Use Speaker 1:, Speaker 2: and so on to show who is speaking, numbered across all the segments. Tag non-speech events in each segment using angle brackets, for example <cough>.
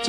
Speaker 1: It's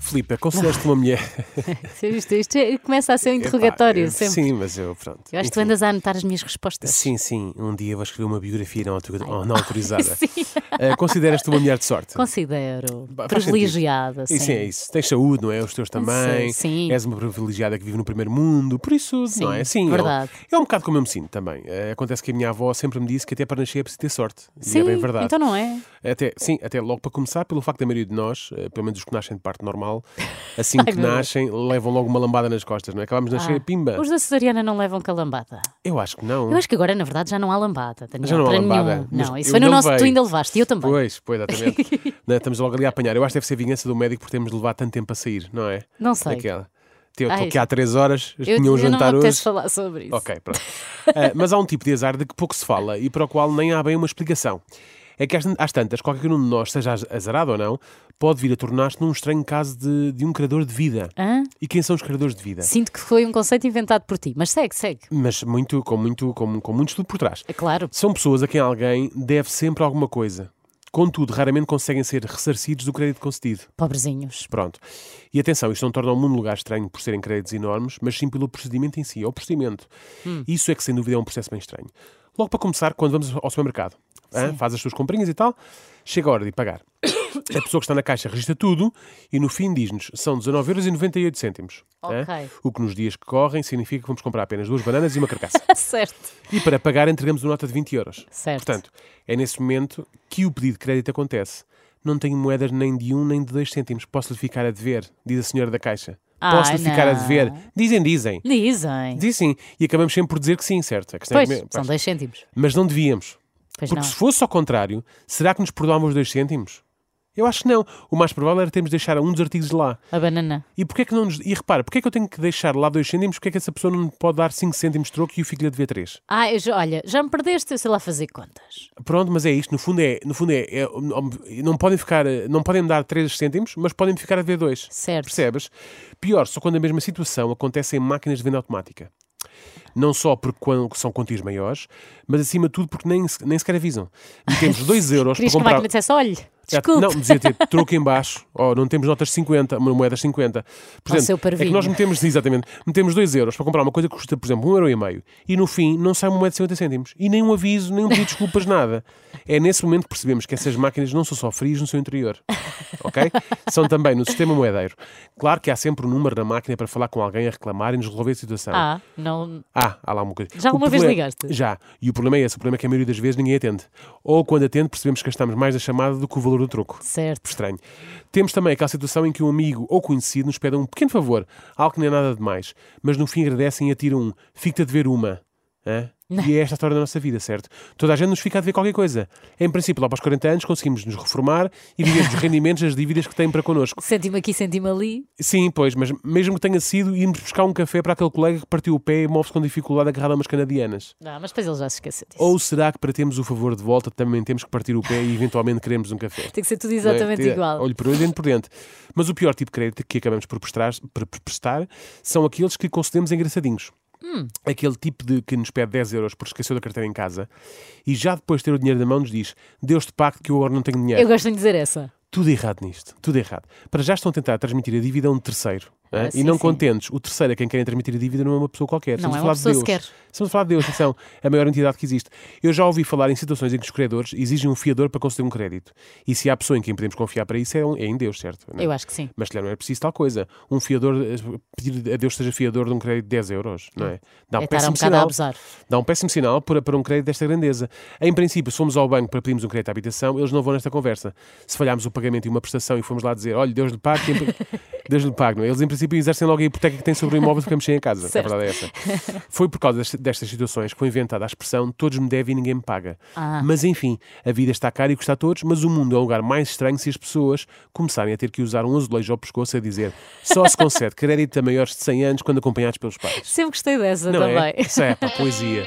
Speaker 2: Filipe, consideraste uma mulher.
Speaker 3: Isto, isto é- começa a ser um <laughs> interrogatório
Speaker 2: Epá, eu-
Speaker 3: sempre.
Speaker 2: Sim, mas eu, pronto.
Speaker 3: Eu acho que tu
Speaker 2: enfim.
Speaker 3: andas a anotar as minhas respostas.
Speaker 2: Sim, sim. Um dia vou escrever uma biografia não, autor- não autorizada.
Speaker 3: <laughs> Sim.
Speaker 2: Eh, Consideras-te uma mulher de sorte?
Speaker 3: Considero
Speaker 2: Ba- faz
Speaker 3: privilegiada.
Speaker 2: sentido. Isso é isso. Tens saúde, não é? Os teus também.
Speaker 3: sim.
Speaker 2: És uma privilegiada que vive no primeiro mundo. Por isso, não é? Sim. é um-
Speaker 3: verdade.
Speaker 2: É um, bocado como eu me sinto também. Eh, acontece que a minha avó sempre me disse que até para nascer é preciso ter sorte. e
Speaker 3: Sim,
Speaker 2: é bem verdade.
Speaker 3: então não é?
Speaker 2: Até, sim, até logo para começar, pelo facto da maioria de nós, eh, pelo menos os que nascem de parte normal, assim que
Speaker 3: meu Deus.
Speaker 2: nascem, levam logo uma lambada nas costas, não é? Acabamos de nascer,
Speaker 3: Ah,
Speaker 2: pimba.
Speaker 3: Os da cesariana não levam calambada.
Speaker 2: Eu acho que não.
Speaker 3: Eu acho que agora, na verdade, já não há lambada. Daniel,
Speaker 2: Já não há
Speaker 3: para
Speaker 2: lambada,
Speaker 3: nenhum.
Speaker 2: mas
Speaker 3: Não,
Speaker 2: eu
Speaker 3: isso foi no
Speaker 2: não
Speaker 3: nosso. Tu
Speaker 2: vejo.
Speaker 3: ainda levaste e eu também.
Speaker 2: Pois, pois,
Speaker 3: <laughs>
Speaker 2: exatamente. Não, estamos logo ali a apanhar. Eu acho que deve ser vingança do médico por termos levado tanto tempo a sair, não é?
Speaker 3: Não sei.
Speaker 2: Daquela. Eu estou
Speaker 3: Ai.
Speaker 2: aqui há três horas,
Speaker 3: Eu,
Speaker 2: tinha um
Speaker 3: eu não
Speaker 2: jantar
Speaker 3: me apetece
Speaker 2: hoje.
Speaker 3: falar sobre isso.
Speaker 2: Ok, pronto. Ah, mas há um tipo de azar de que pouco se fala e para o qual nem há bem uma explicação. É que às tan- às tantas, qualquer um de nós, seja az- azarado ou não, pode vir a tornar-se num estranho caso de, de um criador de vida.
Speaker 3: Hã?
Speaker 2: E quem são os criadores de vida?
Speaker 3: Sinto que foi um conceito inventado por ti, mas segue, segue.
Speaker 2: Mas muito, com, muito, com, com muito estudo por trás.
Speaker 3: É claro.
Speaker 2: São pessoas a quem alguém deve sempre alguma coisa. Contudo, raramente conseguem ser ressarcidos do crédito concedido.
Speaker 3: Pobrezinhos. <laughs>
Speaker 2: Pronto. E atenção, isto não torna o mundo um lugar estranho por serem créditos enormes, mas sim pelo procedimento em si, é o procedimento. Isso é que, sem dúvida, é um processo bem estranho. Logo para começar, quando vamos ao supermercado, hã? faz as tuas comprinhas e tal, chega a hora de ir pagar. A pessoa que está na caixa registra tudo e no fim diz-nos são 19,98€. hã?
Speaker 3: Ok.
Speaker 2: O que nos dias que correm significa que vamos comprar apenas duas bananas e uma carcaça.
Speaker 3: certo.
Speaker 2: E para pagar entregamos uma nota de 20 euros.
Speaker 3: Certo.
Speaker 2: Portanto, é nesse momento que o pedido de crédito acontece. Não tenho moedas nem de um nem de dois cêntimos. Posso-lhe ficar a dever, diz a senhora da caixa.
Speaker 3: Ah,
Speaker 2: Posso-lhe ficar a
Speaker 3: não.
Speaker 2: dever. Dizem, dizem.
Speaker 3: Dizem.
Speaker 2: Dizem sim. E acabamos sempre por dizer que sim, certo? A questão é
Speaker 3: Pois,
Speaker 2: que-
Speaker 3: são dois cêntimos.
Speaker 2: Mas não devíamos.
Speaker 3: Pois
Speaker 2: Porque
Speaker 3: não.
Speaker 2: se fosse ao contrário, será que nos perdoavam os dois cêntimos? Eu acho que não. O mais provável era termos de deixar um dos artigos lá.
Speaker 3: A banana.
Speaker 2: E porquê que não nos... E repara, porquê que eu tenho que deixar lá dois cêntimos? Porquê que essa pessoa não me pode dar cinco cêntimos de troco e eu fico-lhe a dever três?
Speaker 3: Ah, eu já- olha, já me perdeste, eu sei lá fazer contas.
Speaker 2: Pronto, mas é isto. No fundo é, no fundo é, é- não podem ficar, não podem dar 3 cêntimos, mas podem ficar a ver 2.
Speaker 3: Certo.
Speaker 2: Percebes? Pior, só quando a mesma situação acontece em máquinas de venda automática. Não só porque quando- são quantias maiores, mas acima de tudo porque nem, se- nem sequer avisam.
Speaker 3: <laughs>
Speaker 2: Metemos 2 euros para
Speaker 3: Querias que a
Speaker 2: comprar.
Speaker 3: máquina dissesse, assim, olha,
Speaker 2: Já-
Speaker 3: desculpe.
Speaker 2: Não, dizia tipo- ter troco em baixo, ou não temos notas de 50, mo- moedas de 50.
Speaker 3: seu
Speaker 2: Portanto, é que
Speaker 3: parvinho.
Speaker 2: nós metemos, exatamente, metemos 2 euros para comprar uma coisa que custa, por exemplo, 1,5 euro e meio, e no fim não sai uma moeda de 50 cêntimos. E nem um aviso, nem um pedido de desculpas, <laughs> nada. É nesse momento que percebemos que essas máquinas não são só frios no seu interior, <laughs> ok? São também no sistema moedeiro. Claro que há sempre um número na máquina para falar com alguém a reclamar e nos resolver a situação.
Speaker 3: <laughs> Ah, não.
Speaker 2: Ah, há lá uma coisa.
Speaker 3: Já
Speaker 2: O
Speaker 3: alguma vez
Speaker 2: problema-
Speaker 3: ligaste?
Speaker 2: Já. E o problema é esse. O problema é que a maioria das vezes ninguém atende. Ou quando atende, percebemos que gastamos mais na chamada do que o valor do troco.
Speaker 3: Certo.
Speaker 2: Estranho. Temos também aquela situação em que um amigo ou conhecido nos pede um pequeno favor, algo que não é nada demais, mas no fim agradecem e atiram um. Fica-te a dever uma. Hã? E é esta a história da nossa vida, certo? Toda a gente nos fica a dever qualquer coisa. Em princípio, lá para os 40 anos, conseguimos nos reformar e viver dos rendimentos das dívidas que têm para connosco.
Speaker 3: Senti-me aqui, senti-me ali.
Speaker 2: Sim, pois, mas mesmo que tenha sido, irmos buscar um café para aquele colega que partiu o pé e move-se com dificuldade agarrado a umas canadianas.
Speaker 3: Não, mas depois ele já se esqueceu disso.
Speaker 2: Ou será que para termos o favor de volta também temos que partir o pé e eventualmente queremos um café?
Speaker 3: Tem que ser tudo
Speaker 2: Não é?
Speaker 3: exatamente
Speaker 2: Tira-
Speaker 3: igual.
Speaker 2: Olho por olho, dente por dente. Mas o pior tipo de crédito que acabamos por prestar, por por prestar são aqueles que concedemos engraçadinhos.
Speaker 3: Hum.
Speaker 2: Aquele tipo de que nos pede 10 euros porque esqueceu da carteira em casa e já depois de ter o dinheiro na mão nos diz Deus te pague que eu agora não tenho dinheiro.
Speaker 3: Eu gosto de dizer essa.
Speaker 2: Tudo errado nisto, tudo errado. Para já estão a tentar transmitir a dívida a um terceiro. hã?
Speaker 3: Ah, sim,
Speaker 2: e não
Speaker 3: sim.
Speaker 2: contentes, o terceiro a quem querem transmitir a dívida não é uma pessoa qualquer.
Speaker 3: Não
Speaker 2: Estamos
Speaker 3: é
Speaker 2: a
Speaker 3: uma
Speaker 2: falar
Speaker 3: pessoa
Speaker 2: de Deus.
Speaker 3: sequer.
Speaker 2: Estamos a falar de Deus, atenção, a maior entidade que existe. Eu já ouvi falar em situações em que os credores exigem um fiador para conceder um crédito. E se há pessoa em quem podemos confiar para isso, é, um- é em Deus, certo? Não é?
Speaker 3: Eu acho que sim.
Speaker 2: Mas se calhar não é preciso tal coisa. Um fiador, eh, pedir a Deus que seja fiador de um crédito de 10 euros, não é? Dá
Speaker 3: É estar um bocado a abusar.
Speaker 2: Dá um péssimo sinal para, para um crédito desta grandeza. Em princípio, se formos ao banco para pedirmos um crédito à habitação, eles não vão nesta conversa. Se falharmos o pagamento e uma prestação e formos lá dizer, olha, Deus lhe pague, que
Speaker 3: <laughs>
Speaker 2: em- Deus lhe pague, não é? Eles em princípio exercem logo a hipoteca que têm sobre o imóvel que ficamos sem a casa. A verdade é
Speaker 3: <laughs>
Speaker 2: essa. Foi por causa dest- destas situações que foi inventada a expressão todos me devem e ninguém me paga.
Speaker 3: Ah.
Speaker 2: Mas enfim, a vida está cara e custa a todos, mas o mundo é um lugar mais estranho se as pessoas começarem a ter que usar um azulejo ao pescoço a dizer só se concede crédito a maiores de 100 anos quando acompanhados pelos pais.
Speaker 3: Sempre gostei dessa
Speaker 2: Não
Speaker 3: também.
Speaker 2: é? Isso é, pá, poesia.